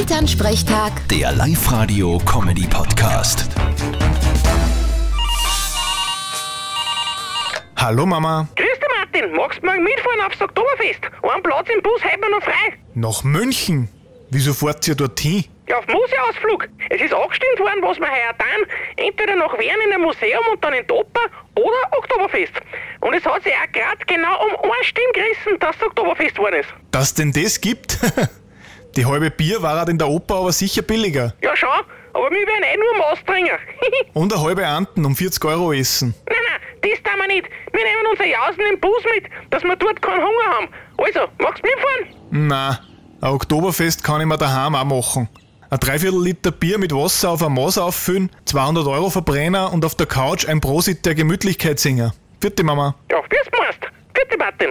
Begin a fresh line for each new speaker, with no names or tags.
Elternsprechtag,
Der Live-Radio-Comedy-Podcast.
Hallo Mama,
Grüß dich, Martin. Magst du morgen mitfahren aufs Oktoberfest? Einen Platz im Bus hätten wir noch frei.
nach München. Wieso fahrt ihr dorthin?
Ja, auf Museausflug. Es ist angestimmt worden, was wir heuer tun. Entweder nach Wien in ein Museum und dann in Topper oder Oktoberfest. Und es hat sich auch gerade genau um eine Stimme gerissen, dass es Oktoberfest worden ist.
Dass denn das gibt? Die halbe Bier war in der Oper aber sicher billiger.
Ja, schon. Aber wir werden eh nur Maß trinken.
Und eine halbe Anten um 40 Euro essen.
nein, nein, das tun wir nicht. Wir nehmen unsere Jausen im Bus mit, dass wir dort keinen Hunger haben. Also, magst du mitfahren?
Na, ein Oktoberfest kann ich mir daheim auch machen. Ein Dreiviertel Liter Bier mit Wasser auf ein Maß auffüllen, 200 Euro Verbrenner und auf der Couch ein Prosit der Gemütlichkeitssinger. Vierte Mama.
Ja, wie du meinst. Bitte, Martin.